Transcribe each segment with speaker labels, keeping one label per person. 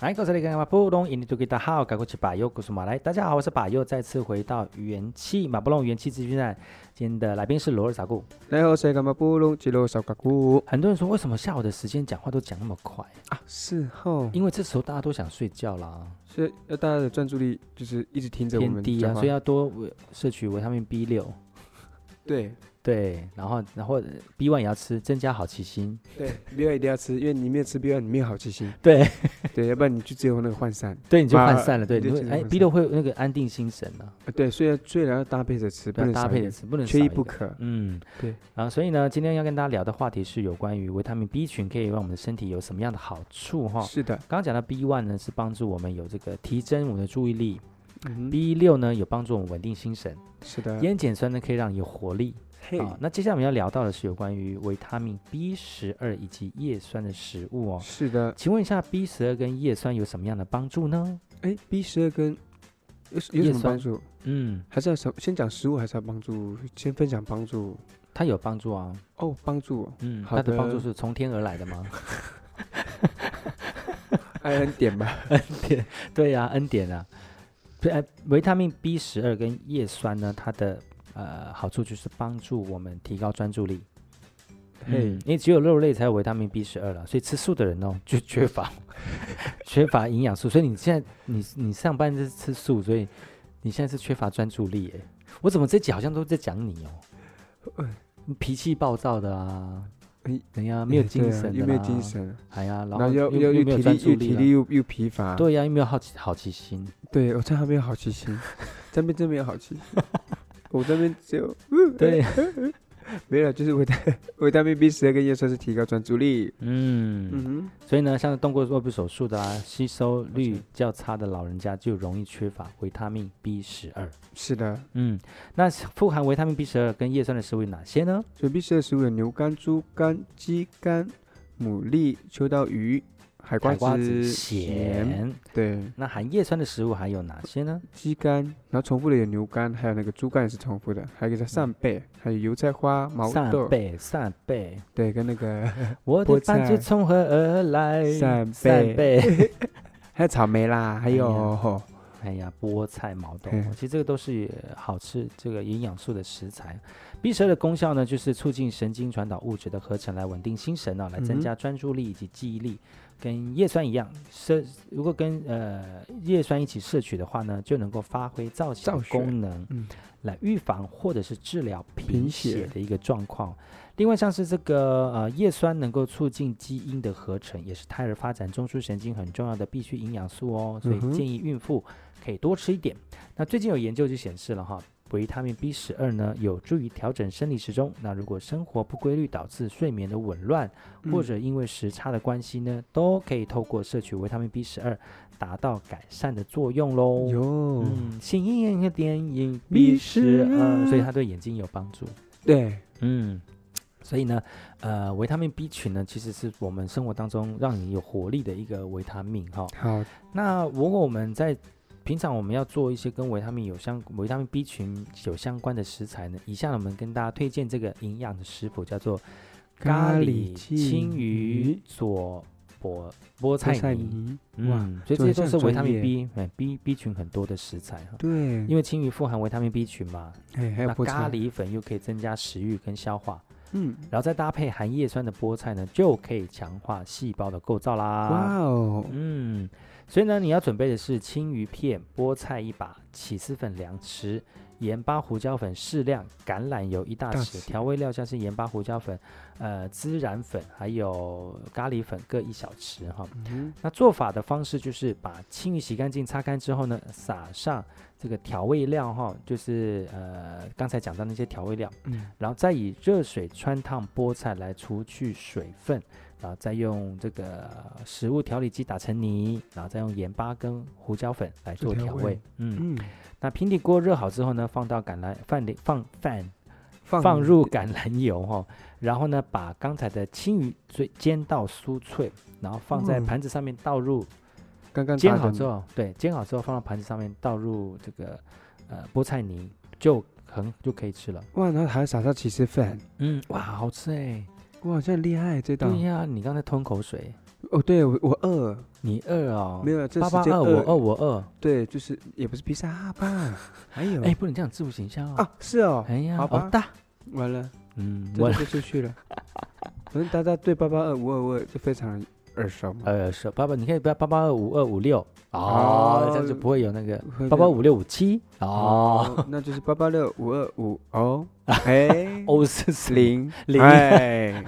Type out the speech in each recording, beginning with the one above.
Speaker 1: 来，各位来看布隆印度吉达好，赶快去把右古苏马来。大家好，我是把右，再次回到语言器马布隆语言器资讯站。今天的来宾是罗尔萨固。
Speaker 2: 然后谁干嘛不弄吉罗小嘎咕
Speaker 1: 很多人说，为什么下午的时间讲话都讲那么快？
Speaker 2: 啊？事后，
Speaker 1: 因为这时候大家都想睡觉啦，
Speaker 2: 所以要大家的专注力就是一直听着我
Speaker 1: 偏
Speaker 2: 们
Speaker 1: 低
Speaker 2: 讲
Speaker 1: 啊，
Speaker 2: 话
Speaker 1: 所以要多维摄取维他命 B 六。
Speaker 2: 对
Speaker 1: 对，然后然后 B one 也要吃，增加好奇心。
Speaker 2: 对，B 二一定要吃，因为你没有吃 B 二，你没有好奇 心，
Speaker 1: 对，
Speaker 2: 对，要不然你就只有那个涣散。
Speaker 1: 对，你就
Speaker 2: 把
Speaker 1: 涣散了。对，
Speaker 2: 你
Speaker 1: 你
Speaker 2: 就
Speaker 1: 会
Speaker 2: 只能
Speaker 1: 哎
Speaker 2: 涣散
Speaker 1: ，B 六会有那个安定心神啊，
Speaker 2: 啊对，所以虽然要搭配着吃，不
Speaker 1: 要
Speaker 2: 能
Speaker 1: 搭
Speaker 2: 少
Speaker 1: 配
Speaker 2: 一
Speaker 1: 着
Speaker 2: 个
Speaker 1: 吃，不能
Speaker 2: 缺
Speaker 1: 少
Speaker 2: 一
Speaker 1: 个
Speaker 2: 不可。
Speaker 1: 嗯，
Speaker 2: 对。
Speaker 1: 啊，所以呢，今天要跟大家聊的话题是有关于维他命 B 群可以让我们的身体有什么样的好处哈。
Speaker 2: 是的，
Speaker 1: 刚刚讲到 B one 呢，是帮助我们有这个提升我们的注意力
Speaker 2: 嗯
Speaker 1: ；B 六呢，有帮助我们稳定心神；
Speaker 2: 是的，嗯
Speaker 1: 烟碱酸呢，可以让你有活力
Speaker 2: 嘿，
Speaker 1: 啊。那接下来我们要聊到的是有关于维他命 B 十二以及叶酸的食物哦。
Speaker 2: 是的，
Speaker 1: 请问一下，B 十二跟叶酸有什么样的帮助呢？
Speaker 2: 哎，B 十二跟有有
Speaker 1: 叶
Speaker 2: 什么
Speaker 1: 酸
Speaker 2: 帮助？
Speaker 1: 嗯，
Speaker 2: 还是要什先讲食物，还是要帮助？先分享帮助
Speaker 1: 它有帮助啊。
Speaker 2: 哦，帮助哦，
Speaker 1: 嗯，
Speaker 2: 好
Speaker 1: 它的帮助
Speaker 2: 的
Speaker 1: 是从天而来的吗？
Speaker 2: 哎，恩典吧，
Speaker 1: 对呀、恩典啊，对呃，维他命 B 十二跟叶酸呢，它的呃好处就是帮助我们提高专注力。
Speaker 2: 嘿
Speaker 1: 嗯，，因为只有肉类才有维他命 B 十二了，所以吃素的人哦 就缺乏缺乏营养素，所以你现在你你上班是吃素，所以你现在是缺乏专注力耶。我怎么这集好像都在讲你哦
Speaker 2: 哎？
Speaker 1: 你脾气暴躁的啊
Speaker 2: 哎，
Speaker 1: 哎呀，没有
Speaker 2: 哎
Speaker 1: 精
Speaker 2: 对啊
Speaker 1: 神，
Speaker 2: 又没有精，神，
Speaker 1: 哎呀，然
Speaker 2: 然
Speaker 1: 后
Speaker 2: 后又
Speaker 1: 又
Speaker 2: 又
Speaker 1: 没有
Speaker 2: 体
Speaker 1: 专
Speaker 2: 力
Speaker 1: 注
Speaker 2: 又
Speaker 1: 力
Speaker 2: 体
Speaker 1: 了
Speaker 2: 力又又疲乏，
Speaker 1: 对呀、又没有好奇好奇心。
Speaker 2: 对，我在那边有好奇 心，这边真没有好奇心， 我这边只有
Speaker 1: 对，
Speaker 2: 没有，就是维他维他命 B 十二跟叶酸是提高专注力，
Speaker 1: 嗯，
Speaker 2: 嗯哼，
Speaker 1: 所以呢，像动过胃部手术的啊，吸收率
Speaker 2: 解
Speaker 1: 较差的老人家就容易缺乏维他命 B 十二。
Speaker 2: 是的，
Speaker 1: 嗯，那富含维他命 B 十二跟叶酸的食物有哪些呢？
Speaker 2: 所以 B 十二食物有牛肝、猪肝、鸡肝、牡蛎、秋刀鱼、海瓜
Speaker 1: 海瓜子、
Speaker 2: 子、咸，
Speaker 1: 咸。
Speaker 2: 对，
Speaker 1: 那含叶酸的食物还有哪些呢？
Speaker 2: 鸡肝，然后重复的有牛肝，还有那个猪肝也是重复的，还有一个叫扇贝，还有油菜花、毛
Speaker 1: 嗯扇
Speaker 2: 豆，
Speaker 1: 贝，扇贝，
Speaker 2: 对，跟那个
Speaker 1: 我的
Speaker 2: 菠菜
Speaker 1: 饭就从何而来？
Speaker 2: 扇贝
Speaker 1: 扇贝，
Speaker 2: 还有草莓啦，还有、
Speaker 1: 哎呀哎呀，菠菜、毛豆
Speaker 2: 嘿，
Speaker 1: 其实这个都是呃好吃这个营养素的食材。B 十二的功效呢，就是促进神经传导物质的合成，来稳定心神啊，来增
Speaker 2: 嗯哼
Speaker 1: 加专注力以及记忆力。跟叶酸一样，摄如果跟呃叶酸一起摄取的话呢，就能够发挥造血的
Speaker 2: 造血
Speaker 1: 功能，
Speaker 2: 嗯
Speaker 1: 来预防或者是治疗贫
Speaker 2: 贫
Speaker 1: 血
Speaker 2: 血
Speaker 1: 的一个状况。另外，像是这个呃叶酸能够促进基因的合成，也是胎儿发展中枢神经很重要的必需营养素哦，所以
Speaker 2: 嗯哼
Speaker 1: 建议孕妇可以多吃一点。那最近有研究就显示了哈。维他命 B 十二呢，有助于调整生理时钟。那如果生活不规律导致睡眠的紊乱，或
Speaker 2: 嗯
Speaker 1: 者因为时差的关系呢，都可以透过摄取维他命 B 十二达到改善的作用喽。
Speaker 2: 有、
Speaker 1: 嗯，新眼的电影 B 十二，
Speaker 2: B12
Speaker 1: 嗯所以它对眼睛有帮助。
Speaker 2: 对，
Speaker 1: 嗯，所以呢，呃，维他命 B 群呢，其实是我们生活当中让你有活力的一个维他命哈、
Speaker 2: 好，
Speaker 1: 那如果我们在平常我们要做一些跟维他命有相维他命 B 群有相关的食材呢，以下我们跟大家推荐这个营养的食谱，叫做咖
Speaker 2: 咖
Speaker 1: 喱
Speaker 2: 喱
Speaker 1: 青
Speaker 2: 青
Speaker 1: 鱼
Speaker 2: 鱼
Speaker 1: 佐菠菠
Speaker 2: 菠
Speaker 1: 菜
Speaker 2: 菜
Speaker 1: 泥。
Speaker 2: 泥，哇，
Speaker 1: 嗯，所以
Speaker 2: 做
Speaker 1: 这些
Speaker 2: 得
Speaker 1: 都
Speaker 2: 像
Speaker 1: 是维
Speaker 2: 专
Speaker 1: 他命
Speaker 2: 业
Speaker 1: B，哎，B B 群很多的食材哈。
Speaker 2: 对，
Speaker 1: 因为青鱼富含维他命 B 群嘛，
Speaker 2: 哎，还有
Speaker 1: 那
Speaker 2: 菠
Speaker 1: 咖
Speaker 2: 菜，
Speaker 1: 喱粉又可以增加食欲跟消化，
Speaker 2: 嗯，
Speaker 1: 然后再搭配含叶酸的菠菜呢，就可以强化细胞的构造啦。
Speaker 2: 哇哦，
Speaker 1: 嗯，所以呢，你要准备的是青鱼片、菠菜一把、起司粉两匙、盐巴胡椒粉适量、橄榄油一大
Speaker 2: 大
Speaker 1: 匙、
Speaker 2: 匙
Speaker 1: 调味料像是盐巴胡椒粉、呃孜然粉还有咖喱粉各一小匙哈。
Speaker 2: 嗯
Speaker 1: 那做法的方式就是把青鱼洗干净、擦干之后呢，撒上这个调味料哈，就是呃刚才讲到那些调味料，
Speaker 2: 嗯，
Speaker 1: 然后再以热水穿烫菠菜来除去水分，然后再用这个呃食物调理机打成泥，然后再用盐巴跟胡椒粉来做
Speaker 2: 做调
Speaker 1: 调味。
Speaker 2: 味
Speaker 1: 嗯，
Speaker 2: 嗯，
Speaker 1: 那平底锅热好之后呢，放到橄榄饭里放饭
Speaker 2: 放
Speaker 1: 放入橄榄油哈、哦，然后呢把刚才的青鱼最煎到酥脆，然后放在
Speaker 2: 嗯
Speaker 1: 盘子上面倒入、
Speaker 2: 刚刚
Speaker 1: 煎
Speaker 2: 打
Speaker 1: 好
Speaker 2: 的
Speaker 1: 之后，对，煎好之后放到盘子上面倒入这个呃菠菜泥就很就可以吃了。
Speaker 2: 哇，然后还要撒上起司粉，
Speaker 1: 嗯，哇，好吃哎、
Speaker 2: 哇，这很厉害这道
Speaker 1: 啊对，呀、你刚才吞口水，
Speaker 2: 哦，对我我饿，
Speaker 1: 你饿哦？
Speaker 2: 没有，这
Speaker 1: 八
Speaker 2: 时
Speaker 1: 八
Speaker 2: 间
Speaker 1: 二，我饿，我饿。
Speaker 2: 对，就是也不是披萨哈吧？还 有
Speaker 1: 哎，不能这样自我形象哦。
Speaker 2: 啊，是哦，
Speaker 1: 哎呀，
Speaker 2: 好吧
Speaker 1: 好大。
Speaker 2: 完了，
Speaker 1: 嗯，
Speaker 2: 真
Speaker 1: 我
Speaker 2: 的是 出去了。反正大家对八八二五二五二就非常耳熟嘛，
Speaker 1: 呃是八八，你可以不要八八二五二五六
Speaker 2: 哦
Speaker 1: 哦，这样就不会有那个
Speaker 2: 会
Speaker 1: 八
Speaker 2: 被
Speaker 1: 八呃五六五七哦。，
Speaker 2: 哦，那就是八八六五二五哦，哎
Speaker 1: 哦是什么
Speaker 2: 零
Speaker 1: 零
Speaker 2: 哎，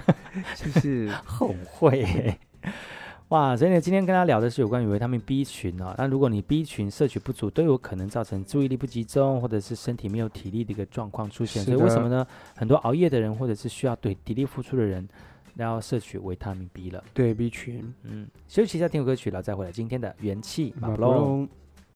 Speaker 2: 就是
Speaker 1: 很会耶、 哇！所以呢，今天跟大家聊的是有关于维他命 B 群啊。那如果你 B 群摄取不足，都有可能造成注意力不集中，或者是身体没有体力的一个状况出现。
Speaker 2: 是
Speaker 1: 所以为
Speaker 2: 的
Speaker 1: 什么呢？很多熬夜的人，或者是需要对体力付出的人，要摄取维他命 B 了。
Speaker 2: 对 B 群
Speaker 1: 嗯，休息一下，听首歌曲，然后再回来今天的元气马
Speaker 2: 马
Speaker 1: 布隆。
Speaker 2: 龙